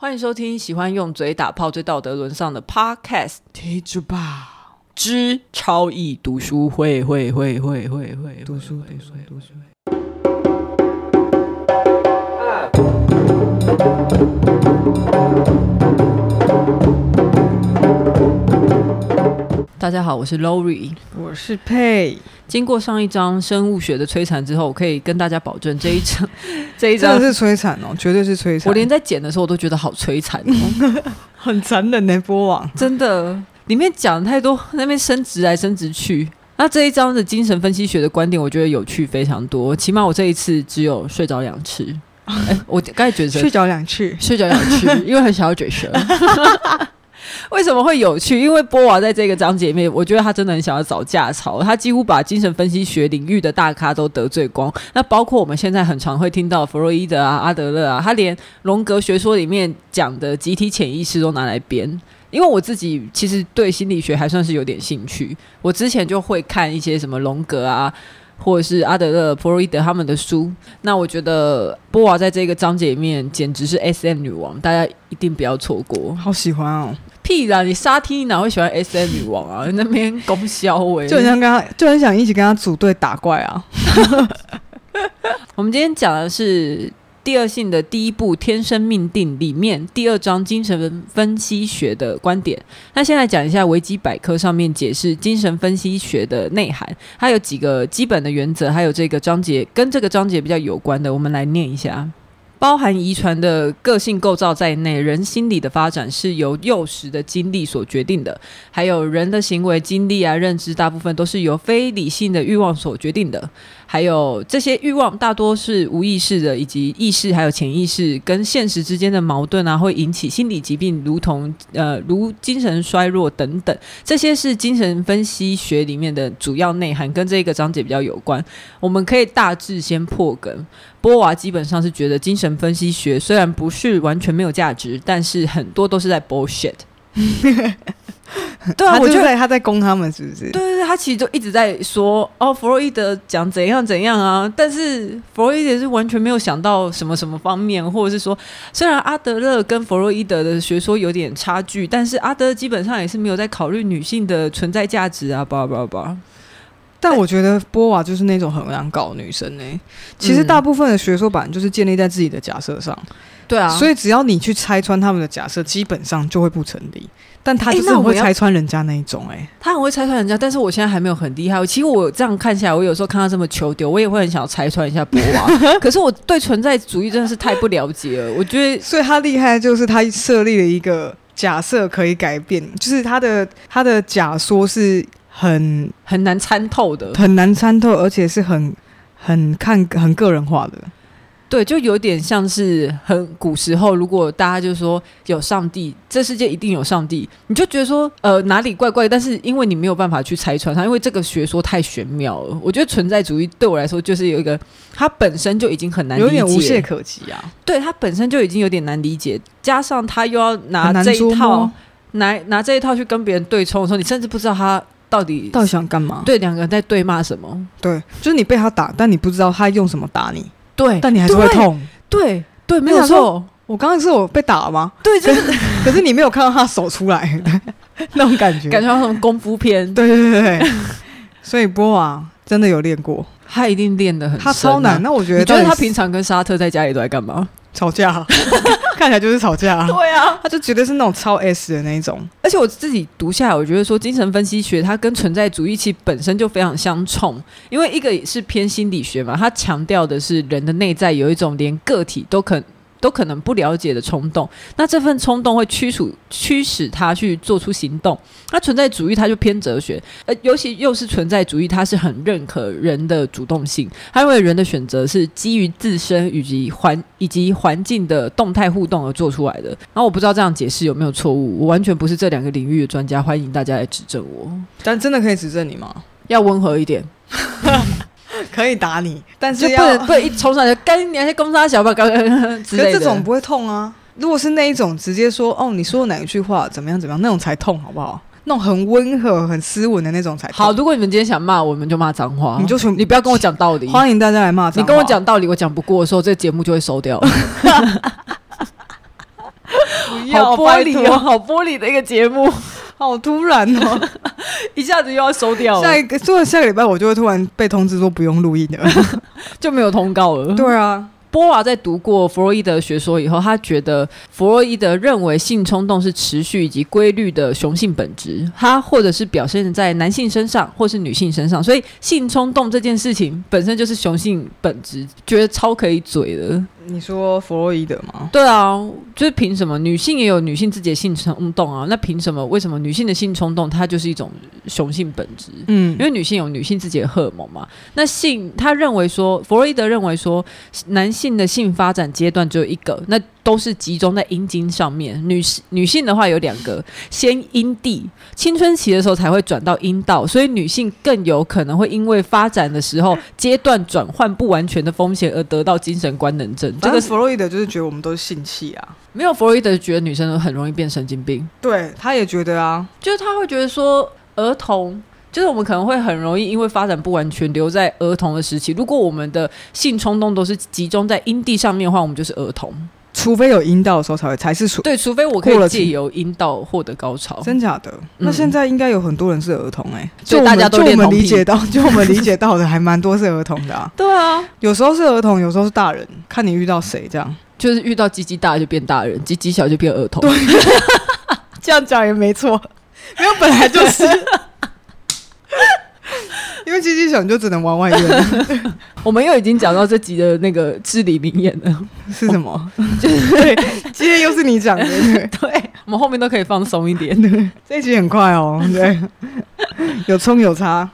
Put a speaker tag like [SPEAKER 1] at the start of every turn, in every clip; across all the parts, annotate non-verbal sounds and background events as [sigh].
[SPEAKER 1] 欢迎收听喜欢用嘴打炮、最道德沦丧的 Podcast，听住吧之超易读书会，会会会会会读书读书读书。大家好，我是 Lori。
[SPEAKER 2] 我是佩，
[SPEAKER 1] 经过上一章生物学的摧残之后，我可以跟大家保证这一 [laughs] 章这一
[SPEAKER 2] 真
[SPEAKER 1] 章
[SPEAKER 2] 的是摧残哦，绝对是摧残。
[SPEAKER 1] 我连在剪的时候我都觉得好摧残、哦，
[SPEAKER 2] 很残忍的波 [laughs] 网，
[SPEAKER 1] 真的。里面讲太多，那边升职来升职去。那这一章的精神分析学的观点，我觉得有趣非常多。起码我这一次只有睡着两次，哎、我刚才觉得
[SPEAKER 2] 睡着两次。
[SPEAKER 1] 睡着想吃，因为很想要嘴舌。 [laughs] 为什么会有趣？因为波娃在这个章节里面，我觉得他真的很想要找架吵，他几乎把精神分析学领域的大咖都得罪光。那包括我们现在很常会听到弗洛伊德啊、阿德勒啊，他连荣格学说里面讲的集体潜意识都拿来编。因为我自己其实对心理学还算是有点兴趣，我之前就会看一些什么荣格啊，或者是阿德勒、弗洛伊德他们的书，那我觉得波娃在这个章节里面简直是 S M 女王，大家一定不要错过。
[SPEAKER 2] 好喜欢哦，
[SPEAKER 1] 屁啦，你沙 T 哪会喜欢 S M 女王啊？那边供销哎，
[SPEAKER 2] 就很像跟他，就很想一起跟他组队打怪啊。
[SPEAKER 1] 我们今天讲的是第二性的第一部《天生命定》里面第二章精神分析学的观点。那先来讲一下维基百科上面解释精神分析学的内涵，它有几个基本的原则，还有这个章节跟这个章节比较有关的，我们来念一下。包含遗传的个性构造在内，人心理的发展是由幼时的经历所决定的，还有人的行为、经历啊、认知，大部分都是由非理性的欲望所决定的。还有这些欲望大多是无意识的，以及意识还有潜意识跟现实之间的矛盾啊，会引起心理疾病，如同呃如精神衰弱等等。啊这些是精神分析学里面的主要内涵，跟这个章节比较有关。我们可以大致先破梗。波娃基本上是觉得精神分析学虽然不是完全没有价值，但是很多都是在 bullshit。对啊，
[SPEAKER 2] 他
[SPEAKER 1] 我
[SPEAKER 2] 就
[SPEAKER 1] 觉得
[SPEAKER 2] 在他在攻他们，是不是？
[SPEAKER 1] 对对对，他其实就一直在说哦，弗洛伊德讲怎样怎样啊，但是弗洛伊德是完全没有想到什么什么方面，或者是说，虽然阿德勒跟弗洛伊德的学说有点差距，但是阿德勒基本上也是没有在考虑女性的存在价值啊，叭叭叭。
[SPEAKER 2] 但我觉得波瓦就是那种很难搞的女生呢、其实
[SPEAKER 1] 嗯
[SPEAKER 2] 大部分的学说版就是建立在自己的假设上，
[SPEAKER 1] 对啊，
[SPEAKER 2] 所以只要你去拆穿他们的假设，基本上就会不成立。但他就
[SPEAKER 1] 诶
[SPEAKER 2] 是
[SPEAKER 1] 那我
[SPEAKER 2] 很会
[SPEAKER 1] 要
[SPEAKER 2] 拆穿人家那一种、哎，
[SPEAKER 1] 他很会拆穿人家，但是我现在还没有很厉害。其实我这样看起来，我有时候看他这么球丢，我也会很想要拆穿一下博娃。可是我对存在主义真的是太不了解了，我觉得
[SPEAKER 2] 所以他厉害的就是他设立了一个假设可以改变，就是他的他的假说是很
[SPEAKER 1] 很难参透的。
[SPEAKER 2] 很难参透，而且是很很看很个人化的。
[SPEAKER 1] 对，就有点像是很古时候，如果大家就说有上帝，这世界一定有上帝，你就觉得说呃哪里怪怪，但是因为你没有办法去拆穿它，因为这个学说太玄妙了。我觉得存在主义对我来说就是有一个，它本身就已经很难理
[SPEAKER 2] 有
[SPEAKER 1] 解，
[SPEAKER 2] 点无懈可击啊，
[SPEAKER 1] 对它本身就已经有点难理解，加上他又要拿
[SPEAKER 2] 很难
[SPEAKER 1] 啊这一
[SPEAKER 2] 捉
[SPEAKER 1] 套
[SPEAKER 2] 摸。
[SPEAKER 1] 拿拿这一套去跟别人对冲的时候，你甚至不知道他到底
[SPEAKER 2] 到底想干嘛？
[SPEAKER 1] 对两个人在对骂什么。
[SPEAKER 2] 对，就是你被他打，但你不知道他用什么打你，
[SPEAKER 1] 对，
[SPEAKER 2] 但你还是会痛。
[SPEAKER 1] 对对，没
[SPEAKER 2] 我
[SPEAKER 1] 有
[SPEAKER 2] 想说
[SPEAKER 1] 错，
[SPEAKER 2] 我刚刚是我被打
[SPEAKER 1] [laughs]
[SPEAKER 2] 了吗？
[SPEAKER 1] 对，就是
[SPEAKER 2] 可是你没有看到他手出来， [laughs] 那种感觉。
[SPEAKER 1] 感觉像什么功夫片。
[SPEAKER 2] 对对对对对，所以波娃真的有练过，
[SPEAKER 1] 他一定练得很、啊
[SPEAKER 2] 他超难。。啊那我觉得
[SPEAKER 1] 你觉得
[SPEAKER 2] 到
[SPEAKER 1] 他
[SPEAKER 2] 底是
[SPEAKER 1] 平常跟沙特在家里都在干嘛？
[SPEAKER 2] 吵架， [laughs] 看起来就是吵架。
[SPEAKER 1] 对啊，
[SPEAKER 2] 他就绝对是那种超 S 的那一种，
[SPEAKER 1] 而且我自己读下来，我觉得说精神分析学它跟存在主义其实本身就非常相冲，因为一个也是偏心理学嘛，它强调的是人的内在有一种连个体都可都可能不了解的冲动，那这份冲动会驱使驱使他去做出行动。那存在主义它就偏哲学，呃，尤其又是存在主义，它是很认可人的主动性，它认为人的选择是基于自身以及环以及环境的动态互动而做出来的。然后我不知道这样解释有没有错误，我完全不是这两个领域的专家，欢迎大家来指正我。
[SPEAKER 2] 但真的可以指正你吗？
[SPEAKER 1] 要温和一点，
[SPEAKER 2] 可以打你，但
[SPEAKER 1] 就是不
[SPEAKER 2] 要
[SPEAKER 1] 能不能一冲上来就干你那些攻杀小吧，刚刚 [laughs] 之
[SPEAKER 2] 可
[SPEAKER 1] 类的。
[SPEAKER 2] 是这种不会痛啊。如果是那一种直接说哦，你说哪一句话怎么样怎么样，那种才痛，好不好？那种很温和、很斯文的那种才痛
[SPEAKER 1] 好，。如果你们今天想骂我，们就骂脏话，
[SPEAKER 2] 你就全
[SPEAKER 1] 你不要跟我讲道理。
[SPEAKER 2] 欢迎大家来骂脏
[SPEAKER 1] 你
[SPEAKER 2] 话
[SPEAKER 1] 跟我，讲道理，我讲不过的时候，这个节目就会收掉了。
[SPEAKER 2] 不
[SPEAKER 1] 好
[SPEAKER 2] [laughs] 要，
[SPEAKER 1] 玻
[SPEAKER 2] 拜
[SPEAKER 1] 璃哦，
[SPEAKER 2] 托，
[SPEAKER 1] 好玻璃的一个节
[SPEAKER 2] [laughs]
[SPEAKER 1] 目，
[SPEAKER 2] 好突然 [laughs] 哦！
[SPEAKER 1] 一下子又要收掉
[SPEAKER 2] 下
[SPEAKER 1] 了，
[SPEAKER 2] 一个，所以下个礼拜我就会突然被通知说不用录音了。
[SPEAKER 1] 就没有通告了。
[SPEAKER 2] 对啊，
[SPEAKER 1] 波娃在读过弗洛伊德学说以后，他觉得弗洛伊德认为性冲动是持续以及规律的雄性本质，它或者是表现在男性身上，或是女性身上。所以性冲动这件事情本身就是雄性本质，觉得超可以嘴的。
[SPEAKER 2] 你说弗洛伊德吗？
[SPEAKER 1] 对啊，就是凭什么女性也有女性自己的性冲动啊？那凭什么？为什么女性的性冲动它就是一种雄性本质？
[SPEAKER 2] 嗯
[SPEAKER 1] 因，为女性有女性自己的荷尔蒙嘛。那性，他认为说，弗洛伊德认为说，男性的性发展阶段只有一个，那都是集中在阴茎上面。女女性的话有两个，先阴蒂，青春期的时候才会转到阴道，所以女性更有可能会因为发展的时候阶段转换不完全的风险而得到精神官能症。这
[SPEAKER 2] 这
[SPEAKER 1] 个
[SPEAKER 2] 个
[SPEAKER 1] 是
[SPEAKER 2] 弗洛伊德就是觉得我们都是性器啊，
[SPEAKER 1] 没有弗洛伊德觉得女生很容易变神经病。
[SPEAKER 2] 对，他也觉得啊，
[SPEAKER 1] 就是他会觉得说，儿童就是我们可能会很容易因为发展不完全留在儿童的时期。如果我们的性冲动都是集中在阴蒂上面的话，我们就是儿童。
[SPEAKER 2] 除非有阴道的时候才会才是处，
[SPEAKER 1] 对，除非我可
[SPEAKER 2] 过
[SPEAKER 1] 以
[SPEAKER 2] 了
[SPEAKER 1] 借由阴道获得高潮。
[SPEAKER 2] 真假的？那现在应该有很多人是儿童哎、
[SPEAKER 1] 所以
[SPEAKER 2] 就我们
[SPEAKER 1] 大家都
[SPEAKER 2] 就我
[SPEAKER 1] 恋
[SPEAKER 2] 们
[SPEAKER 1] 童癖
[SPEAKER 2] 理解到， [laughs] 就我们理解到的还蛮多是儿童的啊，
[SPEAKER 1] 对啊，
[SPEAKER 2] 有时候是儿童，有时候是大人，看你遇到谁这样。
[SPEAKER 1] 就是遇到鸡鸡大就变大人，鸡鸡小就变儿童。 [laughs]
[SPEAKER 2] 这样讲也没错，因为本来就是。 [laughs] 因为机器小你就只能玩外院 [laughs] 了，
[SPEAKER 1] 我们又已经讲到这集的那个至理名言了，
[SPEAKER 2] 是什么？就是 [laughs] 对，今天又是你讲的，对，
[SPEAKER 1] 对我们后面都可以放松一点。
[SPEAKER 2] 这一集很快哦，对， [laughs] 有冲有差，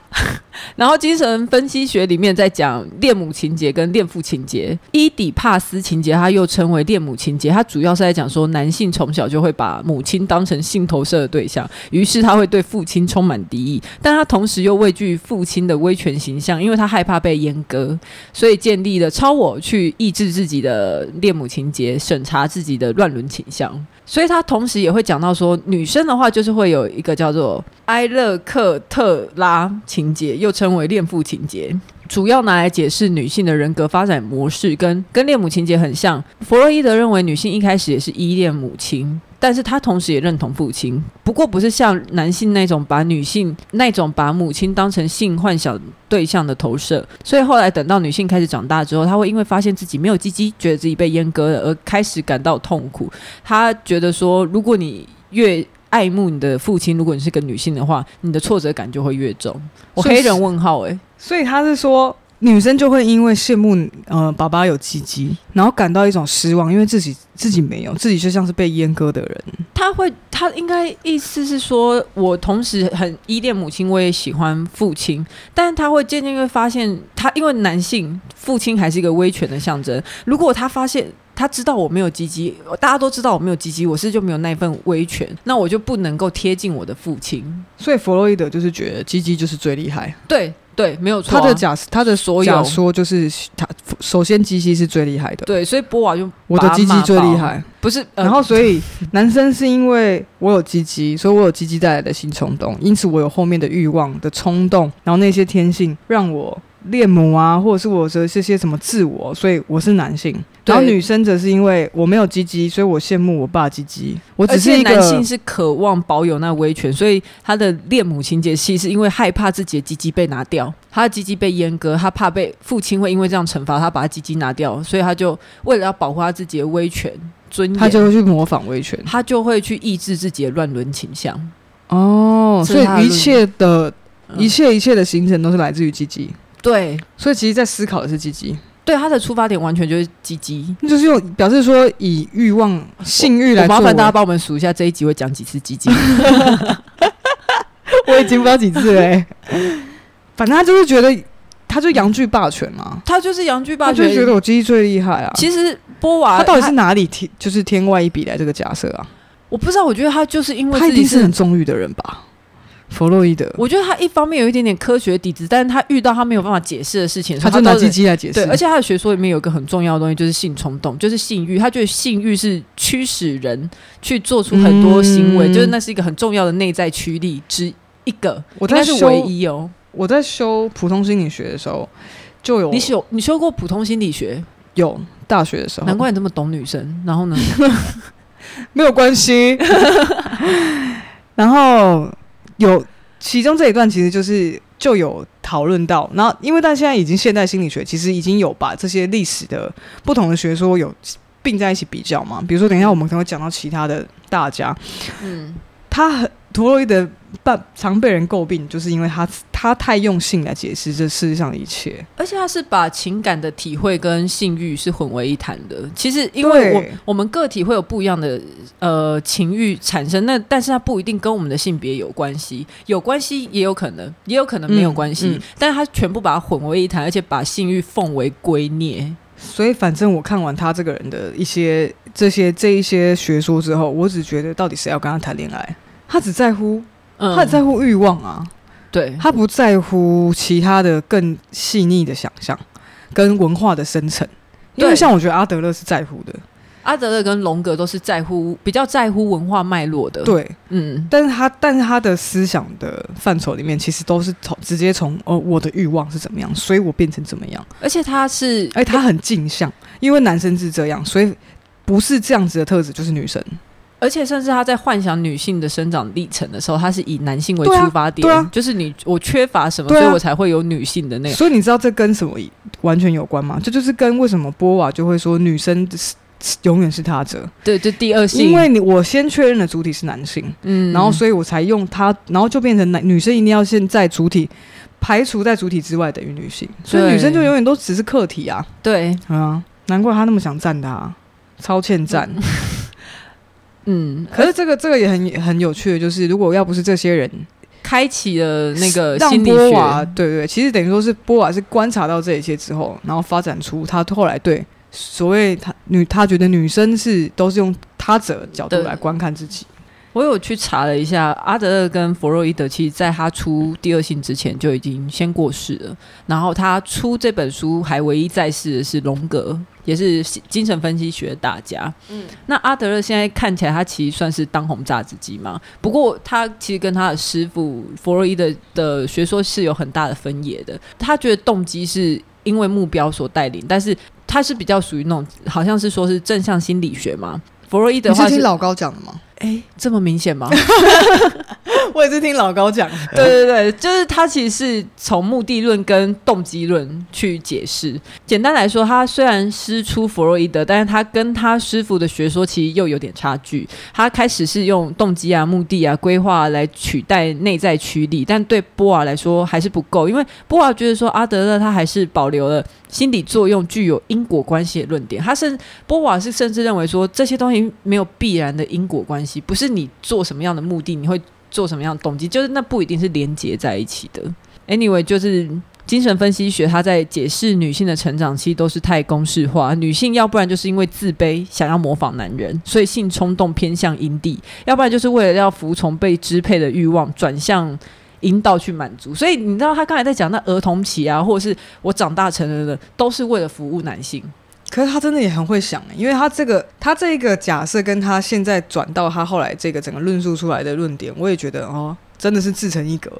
[SPEAKER 1] 然后精神分析学里面在讲恋母情节跟恋父情节，伊底帕斯情节它又称为恋母情节，它主要是在讲说男性从小就会把母亲当成性投射的对象，于是他会对父亲充满敌意，但他同时又畏惧父亲的威权形象，因为他害怕被阉割，所以建立了超我去抑制自己的恋母情节，审查自己的乱伦倾向。所以他同时也会讲到说，女生的话就是会有一个叫做埃勒克特拉情节，又称为恋父情节，主要拿来解释女性的人格发展模式，跟跟恋母情节很像。弗洛伊德认为女性一开始也是依恋母亲。但是他同时也认同父亲，不过不是像男性那种把女性那种把母亲当成性幻想对象的投射，所以后来等到女性开始长大之后，她会因为发现自己没有鸡鸡，觉得自己被阉割了，而开始感到痛苦。她觉得说，如果你越爱慕你的父亲，如果你是个女性的话，你的挫折感就会越重。我
[SPEAKER 2] 所以
[SPEAKER 1] 黑人问号哎、
[SPEAKER 2] 所以他是说女生就会因为羡慕呃爸爸有鸡鸡，然后感到一种失望，因为自己自己没有，自己就像是被阉割的人，
[SPEAKER 1] 他会，他应该意思是说，我同时很依恋母亲，我也喜欢父亲，但他会渐渐会发现，他因为男性父亲还是一个威权的象征。如果他发现他知道我没有鸡鸡，大家都知道我没有鸡鸡，我是就没有那份威权，那我就不能够贴近我的父亲。
[SPEAKER 2] 所以弗洛伊德就是觉得鸡鸡就是最厉害，
[SPEAKER 1] 对对，没有错
[SPEAKER 2] 他
[SPEAKER 1] 啊、
[SPEAKER 2] 的假他的
[SPEAKER 1] 所有
[SPEAKER 2] 假说就是他首先鸡鸡是最厉害的，
[SPEAKER 1] 对，所以波娃就
[SPEAKER 2] 我的鸡鸡最厉害。
[SPEAKER 1] 不是，呃
[SPEAKER 2] 然后所以男生是因为我有鸡鸡，所以我有鸡鸡带来的性冲动，因此我有后面的欲望的冲动，然后那些天性让我恋母啊，或者是我的这些什么自我，所以我是男性。
[SPEAKER 1] 对
[SPEAKER 2] 然后女生则是因为我没有鸡鸡，所以我羡慕我爸鸡鸡，我
[SPEAKER 1] 而
[SPEAKER 2] 只是
[SPEAKER 1] 且
[SPEAKER 2] 一个
[SPEAKER 1] 男性是渴望保有那威权，所以他的恋母情节戏是因为害怕自己的鸡鸡被拿掉，他的鸡鸡被阉割，他怕被父亲会因为这样惩罚他，把他鸡鸡拿掉，所以他就为了要保护他自己的威权尊严，
[SPEAKER 2] 他就会去模仿威权
[SPEAKER 1] 他就会去抑制自己的乱伦倾向。
[SPEAKER 2] 哦，
[SPEAKER 1] 这
[SPEAKER 2] 所
[SPEAKER 1] 是
[SPEAKER 2] 以
[SPEAKER 1] 他的
[SPEAKER 2] 一切的、
[SPEAKER 1] 嗯
[SPEAKER 2] 一切一切的形成都是来自于鸡鸡，
[SPEAKER 1] 对
[SPEAKER 2] 所以其实在思考的是鸡鸡，
[SPEAKER 1] 对，他的出发点完全就是鸡鸡。
[SPEAKER 2] 就是用表示说以欲望性欲来
[SPEAKER 1] 我麻
[SPEAKER 2] 作为
[SPEAKER 1] 烦大家帮我们数一下这一集会讲几次鸡鸡。
[SPEAKER 2] 我已经不知道几次了欸、 [laughs] 反正他就是觉得，他就阳具霸权嘛，
[SPEAKER 1] 他就是阳嗯具霸
[SPEAKER 2] [laughs] 他就
[SPEAKER 1] 权，
[SPEAKER 2] 觉得我记忆最厉害啊。
[SPEAKER 1] 其实波娃
[SPEAKER 2] 他到底是哪里天就是天外一笔来这个假设啊？
[SPEAKER 1] 我不知道，我觉得他就是因为
[SPEAKER 2] 他
[SPEAKER 1] 自
[SPEAKER 2] 一
[SPEAKER 1] 己
[SPEAKER 2] 定是很纵欲的人吧？弗洛伊德，
[SPEAKER 1] 我觉得他一方面有一点点科学底子，但是他遇到他没有办法解释的事情的时
[SPEAKER 2] 他
[SPEAKER 1] 候，
[SPEAKER 2] 就
[SPEAKER 1] 到
[SPEAKER 2] 拿
[SPEAKER 1] 底
[SPEAKER 2] 鸡。鸡来解释，
[SPEAKER 1] 对，而且他的学说里面有一个很重要的东西，就是性冲动，就是性欲。他觉得性欲是驱使人去做出很多行为，
[SPEAKER 2] 嗯
[SPEAKER 1] 就是那是一个很重要的内在驱力之一个，
[SPEAKER 2] 我
[SPEAKER 1] 应
[SPEAKER 2] 在
[SPEAKER 1] 该是
[SPEAKER 2] 修
[SPEAKER 1] 唯一哦。
[SPEAKER 2] 我在修普通心理学的时候就有
[SPEAKER 1] 你修你修过普通心理学，
[SPEAKER 2] 有大学的时候，
[SPEAKER 1] 难怪你这么懂女生。然后呢，
[SPEAKER 2] 没有关系。 [laughs] 然后有其中这一段其实就是就有讨论到，然后因为但现在已经现代心理学其实已经有把这些历史的不同的学说有并在一起比较嘛，比如说等一下我们可能会讲到其他的大家，
[SPEAKER 1] 嗯，
[SPEAKER 2] 他很弗洛伊德半常被人诟病，就是因为他他太用性来解释这世界上的一切，
[SPEAKER 1] 而且他是把情感的体会跟性欲是混为一谈的。其实，因为我
[SPEAKER 2] 对
[SPEAKER 1] 我们个体会有不一样的呃情欲产生，那但是它不一定跟我们的性别有关系，有关系也有可能，也有可能没有关系，
[SPEAKER 2] 嗯嗯
[SPEAKER 1] 但是他全部把它混为一谈，而且把性欲奉为圭臬。
[SPEAKER 2] 所以反正我看完他这个人的一些这些这一些学说之后，我只觉得到底谁要跟他谈恋爱，他只在乎
[SPEAKER 1] 嗯，
[SPEAKER 2] 他很在乎欲望啊，
[SPEAKER 1] 对，
[SPEAKER 2] 他不在乎其他的更细腻的想象跟文化的深层。因为
[SPEAKER 1] 对
[SPEAKER 2] 像我觉得阿德勒是在乎的，
[SPEAKER 1] 阿德勒跟荣格都是在乎比较在乎文化脉络的。，
[SPEAKER 2] 对，
[SPEAKER 1] 嗯，
[SPEAKER 2] 但是他但是他的思想的范畴里面，其实都是从直接从哦我的欲望是怎么样，所以我变成怎么样。
[SPEAKER 1] 而且他是
[SPEAKER 2] 哎，他很镜像，因为男生是这样，所以不是这样子的特质就是女生。
[SPEAKER 1] 而且甚至他在幻想女性的生长历程的时候，他是以男性为
[SPEAKER 2] 对啊
[SPEAKER 1] 出发点，
[SPEAKER 2] 对啊
[SPEAKER 1] 就是你我缺乏什么，
[SPEAKER 2] 对啊
[SPEAKER 1] 所以我才会有女性的那种。
[SPEAKER 2] 所以你知道这跟什么完全有关吗？这就是跟为什么波瓦就会说女生是是永远是他者，
[SPEAKER 1] 对，就第二性，
[SPEAKER 2] 因为你我先确认的主体是男性。
[SPEAKER 1] 嗯，
[SPEAKER 2] 然后所以我才用它，然后就变成男女生一定要现在主体排除在主体之外等于女性，所以
[SPEAKER 1] 对
[SPEAKER 2] 女生就永远都只是客体啊，
[SPEAKER 1] 对，
[SPEAKER 2] 啊，难怪他那么想赞他，超
[SPEAKER 1] [laughs]
[SPEAKER 2] 欠赞。
[SPEAKER 1] 嗯，
[SPEAKER 2] 可是这个这个也很很有趣的，就是如果要不是这些人
[SPEAKER 1] 开启了那个
[SPEAKER 2] 让
[SPEAKER 1] 心理
[SPEAKER 2] 波瓦，
[SPEAKER 1] 学，
[SPEAKER 2] 对对，其实等于说是波瓦是观察到这一切之后，然后发展出他后来对所谓他女他觉得女生是都是用他者的角度
[SPEAKER 1] 对
[SPEAKER 2] 来观看自己，
[SPEAKER 1] 我有去查了一下，阿德勒跟弗洛伊德其实在他出《第二性》之前就已经先过世了，然后他出这本书还唯一在世的是荣格，也是精神分析学的大家。
[SPEAKER 2] 嗯，
[SPEAKER 1] 那阿德勒现在看起来，他其实算是当红炸子鸡嘛。不过他其实跟他的师傅弗洛伊德的学说是有很大的分野的。他觉得动机是因为目标所带领，但是他是比较属于那种好像是说是正向心理学嘛。弗洛伊德
[SPEAKER 2] 你
[SPEAKER 1] 的话
[SPEAKER 2] 是
[SPEAKER 1] 是
[SPEAKER 2] 听老高讲的吗？
[SPEAKER 1] 哎这么明显吗？
[SPEAKER 2] [laughs] 我也是听老高讲的，
[SPEAKER 1] 对对对，就是他其实是从目的论跟动机论去解释。简单来说，他虽然师出弗洛伊德，但是他跟他师傅的学说其实又有点差距。他开始是用动机啊、目的啊、规划、啊、来取代内在驱力，但对波娃来说还是不够，因为波娃觉得说阿德勒他还是保留了心理作用具有因果关系的论点。他甚波瓦是甚至认为说这些东西没有必然的因果关系，不是你做什么样的目的，你会做什么样的动机，就是那不一定是连接在一起的。Anyway，就是精神分析学，它在解释女性的成长期都是太公式化，女性要不然就是因为自卑想要模仿男人，所以性冲动偏向阴蒂；要不然就是为了要服从被支配的欲望，转向。引导去满足，所以你知道他刚才在讲那儿童期啊，或者是我长大成人了，都是为了服务男性。
[SPEAKER 2] 可是他真的也很会想欸，因为他这个他这个假设跟他现在转到他后来这个整个论述出来的论点，我也觉得哦，真的是自成一格。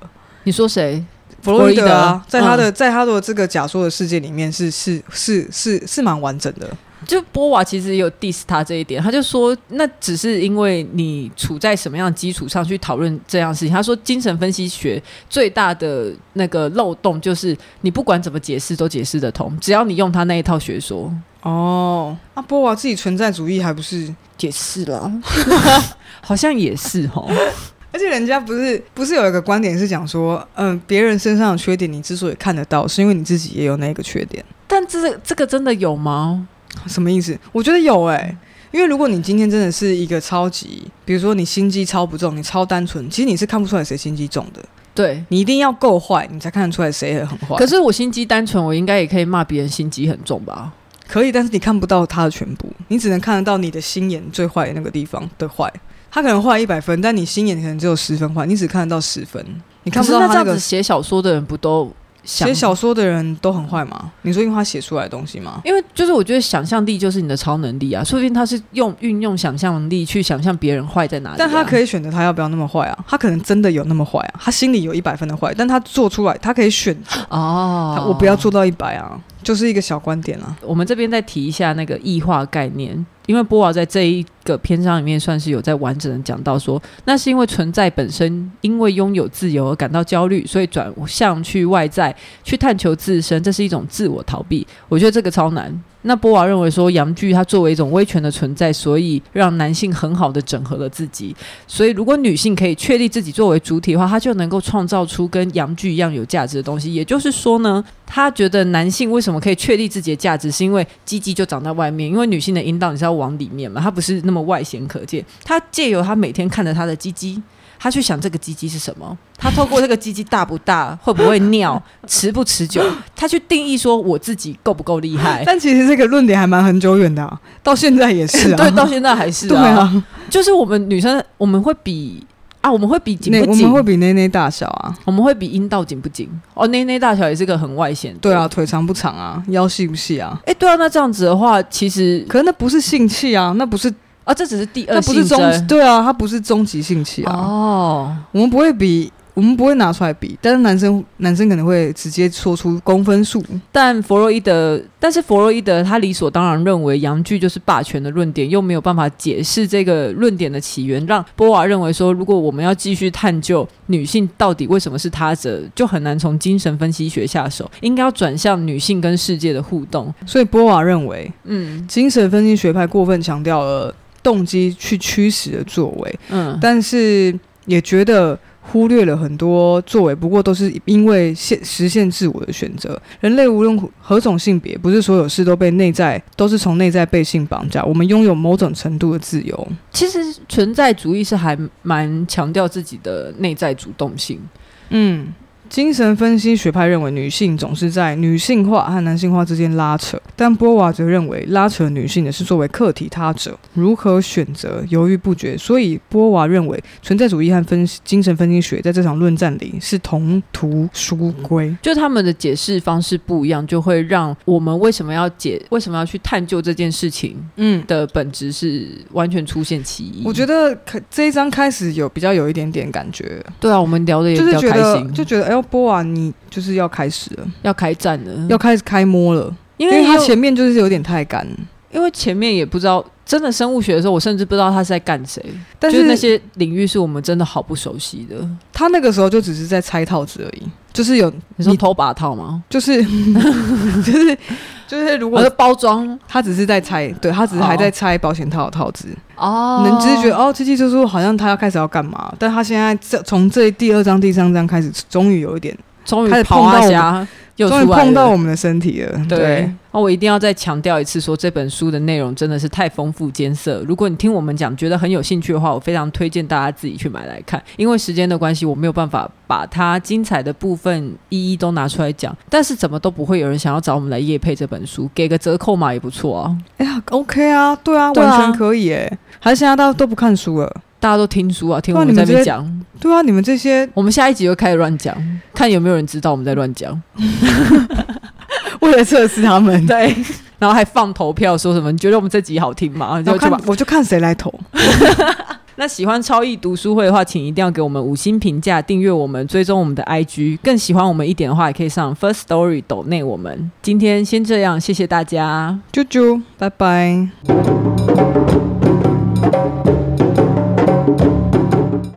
[SPEAKER 1] 你说谁？
[SPEAKER 2] 弗洛伊德啊，
[SPEAKER 1] 弗洛伊德
[SPEAKER 2] 在他的、在他的这个假说的世界里面是是是是是蛮完整的，
[SPEAKER 1] 就波娃其实也有 diss 他这一点，他就说那只是因为你处在什么样的基础上去讨论这样的事情。他说精神分析学最大的那个漏洞就是你不管怎么解释都解释得通，只要你用他那一套学 [laughs] 说
[SPEAKER 2] 哦，啊，波娃自己存在主义还不是？
[SPEAKER 1] 解释了，好像也是哦。
[SPEAKER 2] 而且人家不是不是有一个观点是讲说，嗯，别人身上的缺点你之所以看得到，是因为你自己也有那个缺点。
[SPEAKER 1] 但这这个真的有吗？
[SPEAKER 2] 什么意思？我觉得有哎、因为如果你今天真的是一个超级，比如说你心机超不重，你超单纯，其实你是看不出来谁心机重的。
[SPEAKER 1] 对。
[SPEAKER 2] 你一定要够坏，你才看得出来谁很坏。
[SPEAKER 1] 可是我心机单纯，我应该也可以骂别人心机很重吧？
[SPEAKER 2] 可以，但是你看不到他的全部，你只能看得到你的心眼最坏的那个地方的坏。他可能坏一百分，但你心眼可能只有十分坏，你只看得到十分，你看不到
[SPEAKER 1] 可是那
[SPEAKER 2] 他
[SPEAKER 1] 这样
[SPEAKER 2] 那个
[SPEAKER 1] 子。写小说的人不都想
[SPEAKER 2] 写小说的人都很坏吗？你说因为他写出来的东西吗？
[SPEAKER 1] 因为就是我觉得想象力就是你的超能力啊，说不定他是用运用想象力去想象别人坏在哪里、啊
[SPEAKER 2] 但他可
[SPEAKER 1] 以，
[SPEAKER 2] 以选择他要不要那么坏啊，他可能真的有那么坏啊，他心里有一百分的坏，但他做出来，他可以选
[SPEAKER 1] 哦
[SPEAKER 2] 他，我不要做到一百啊，就是一个小观点啊啦。
[SPEAKER 1] 我们这边再提一下那个异化概念，因为波娃在这一个篇章里面算是有在完整的讲到说，那是因为存在本身因为拥有自由而感到焦虑，所以转向去外在去探求自身，这是一种自我逃避。我觉得这个超难。那波娃认为说，阳具它作为一种威权的存在，所以让男性很好的整合了自己。所以，如果女性可以确立自己作为主体的话，她就能够创造出跟阳具一样有价值的东西。也就是说呢，他觉得男性为什么可以确立自己的价值，是因为鸡鸡就长在外面，因为女性的阴道你是要往里面嘛，它不是那么外显可见。他借由他每天看着他的鸡鸡，他去想这个鸡鸡是什么，他透过这个鸡鸡大不大，会不会尿，持不持久，他去定义说我自己够不够厉
[SPEAKER 2] [laughs]
[SPEAKER 1] 害。
[SPEAKER 2] 但其实这个论点还蛮很久远的、啊，到现在也是
[SPEAKER 1] [laughs]
[SPEAKER 2] 啊。
[SPEAKER 1] 对，到现在还是
[SPEAKER 2] 对啊，
[SPEAKER 1] 就是我们女生我们会比啊，我们会比紧
[SPEAKER 2] 内
[SPEAKER 1] 不
[SPEAKER 2] 我
[SPEAKER 1] 紧
[SPEAKER 2] 们，会比内内大小啊，
[SPEAKER 1] 我们会比阴道紧不紧哦，内内大小也是个很外显的。
[SPEAKER 2] 对啊，，腿长不长啊，腰细不细啊？
[SPEAKER 1] 哎，对啊，那这样子的话，其实
[SPEAKER 2] 可是那不是性器啊，那不是
[SPEAKER 1] 啊，这只是第
[SPEAKER 2] 那
[SPEAKER 1] 二
[SPEAKER 2] 不
[SPEAKER 1] 性
[SPEAKER 2] 是
[SPEAKER 1] 征
[SPEAKER 2] 终对啊，它不是终极性器啊。
[SPEAKER 1] 哦，
[SPEAKER 2] 我们不会比，我们不会拿出来比，但是男生男生可能会直接说出公分数，
[SPEAKER 1] 但弗洛伊德，但是弗洛伊德他理所当然认为阳具就是霸权的论点，又没有办法解释这个论点的起源，让波娃认为说，如果我们要继续探究女性到底为什么是他者，就很难从精神分析学下手，应该要转向女性跟世界的互动。
[SPEAKER 2] 所以波娃认为
[SPEAKER 1] 嗯
[SPEAKER 2] 精神分析学派过分强调了动机去驱使的作为，
[SPEAKER 1] 嗯，
[SPEAKER 2] 但是也觉得。忽略了很多作为，不过都是因为现实现自我的选择。人类无论何种性别，不是所有事都被内在，都是从内在被性绑架。我们拥有某种程度的自由，
[SPEAKER 1] 其实存在主义是还蛮强调自己的内在主动性。
[SPEAKER 2] 嗯，精神分析学派认为女性总是在女性化和男性化之间拉扯，但波娃则认为拉扯女性的是作为客体他者如何选择犹豫不决。所以波娃认为存在主义和分析精神分析学在这场论战里是同途殊归。
[SPEAKER 1] 就他们的解释方式不一样，就会让我们为什么要解，为什么要去探究这件事情
[SPEAKER 2] 嗯。
[SPEAKER 1] 的本质是完全出现歧义。
[SPEAKER 2] 我觉
[SPEAKER 1] 得
[SPEAKER 2] 得可这一章开始有比较有一点点感觉，
[SPEAKER 1] 对啊，我们聊的也
[SPEAKER 2] 就
[SPEAKER 1] 比
[SPEAKER 2] 是
[SPEAKER 1] 较
[SPEAKER 2] 觉
[SPEAKER 1] 开
[SPEAKER 2] 得
[SPEAKER 1] 心，
[SPEAKER 2] 就觉得哎呦波娃你就是要开始了，
[SPEAKER 1] 要开战了，
[SPEAKER 2] 要开始开摸了，
[SPEAKER 1] 因
[SPEAKER 2] 嗯因
[SPEAKER 1] 为
[SPEAKER 2] 为他
[SPEAKER 1] 又
[SPEAKER 2] 前面就是有点太干，
[SPEAKER 1] 因为前面也不知道，真的生物学的时候，我甚至不知道他是在干谁，
[SPEAKER 2] 但
[SPEAKER 1] 就是那些领域是我们真的好不熟悉的。
[SPEAKER 2] 他那个时候就只是在拆套子而已，就是有，
[SPEAKER 1] 你说
[SPEAKER 2] 你
[SPEAKER 1] 偷把套吗？
[SPEAKER 2] 就是 [laughs] 就是就是，如
[SPEAKER 1] 我
[SPEAKER 2] 果
[SPEAKER 1] 的包装
[SPEAKER 2] 他只是在拆，对他只是还在拆保险套的套子，
[SPEAKER 1] 哦，
[SPEAKER 2] 能只是觉得哦，七七叔叔好像他要开始要干嘛，但他现在这从这第二章、第三章开始，终于有一点，
[SPEAKER 1] 终
[SPEAKER 2] 开
[SPEAKER 1] 于
[SPEAKER 2] 始
[SPEAKER 1] 跑
[SPEAKER 2] 碰到
[SPEAKER 1] 啊
[SPEAKER 2] 我
[SPEAKER 1] 侠又出
[SPEAKER 2] 终
[SPEAKER 1] 来
[SPEAKER 2] 于
[SPEAKER 1] 了
[SPEAKER 2] 碰到我们的身体了，对。
[SPEAKER 1] 对，那我一定要再强调一次说这本书的内容真的是太丰富艰涩。如果你听我们讲觉得很有兴趣的话，我非常推荐大家自己去买来看。因为时间的关系，我没有办法把它精彩的部分一一都拿出来讲。但是怎么都不会有人想要找我们来夜配这本书，给个折扣码也不错啊。
[SPEAKER 2] 哎呀，OK 啊，对啊，
[SPEAKER 1] 对啊
[SPEAKER 2] 完全可以哎，还是现在大家都不看书了。
[SPEAKER 1] 大家都听书啊，听我
[SPEAKER 2] 哇
[SPEAKER 1] 们在那
[SPEAKER 2] 你们
[SPEAKER 1] 边
[SPEAKER 2] 这
[SPEAKER 1] 讲。
[SPEAKER 2] 对啊，你们
[SPEAKER 1] [laughs]
[SPEAKER 2] 这些
[SPEAKER 1] 我们下一集就开始乱讲，看有没有人知道我们在乱讲。
[SPEAKER 2] 为了测试他们，
[SPEAKER 1] 对， [laughs] 然后还放投票，说什么你觉得我们这集好听吗？然
[SPEAKER 2] [laughs] 然
[SPEAKER 1] 后
[SPEAKER 2] 后
[SPEAKER 1] 就
[SPEAKER 2] 哦看
[SPEAKER 1] 把
[SPEAKER 2] 我就看谁来投。
[SPEAKER 1] 那喜欢超易读书会的话，请一定要给我们五星评价、订阅我们、追踪我们的 IG。更喜欢我们一点的话，也可以上 First Story 抖内我们。今天先这样，谢谢大家。
[SPEAKER 2] 啾啾，拜拜。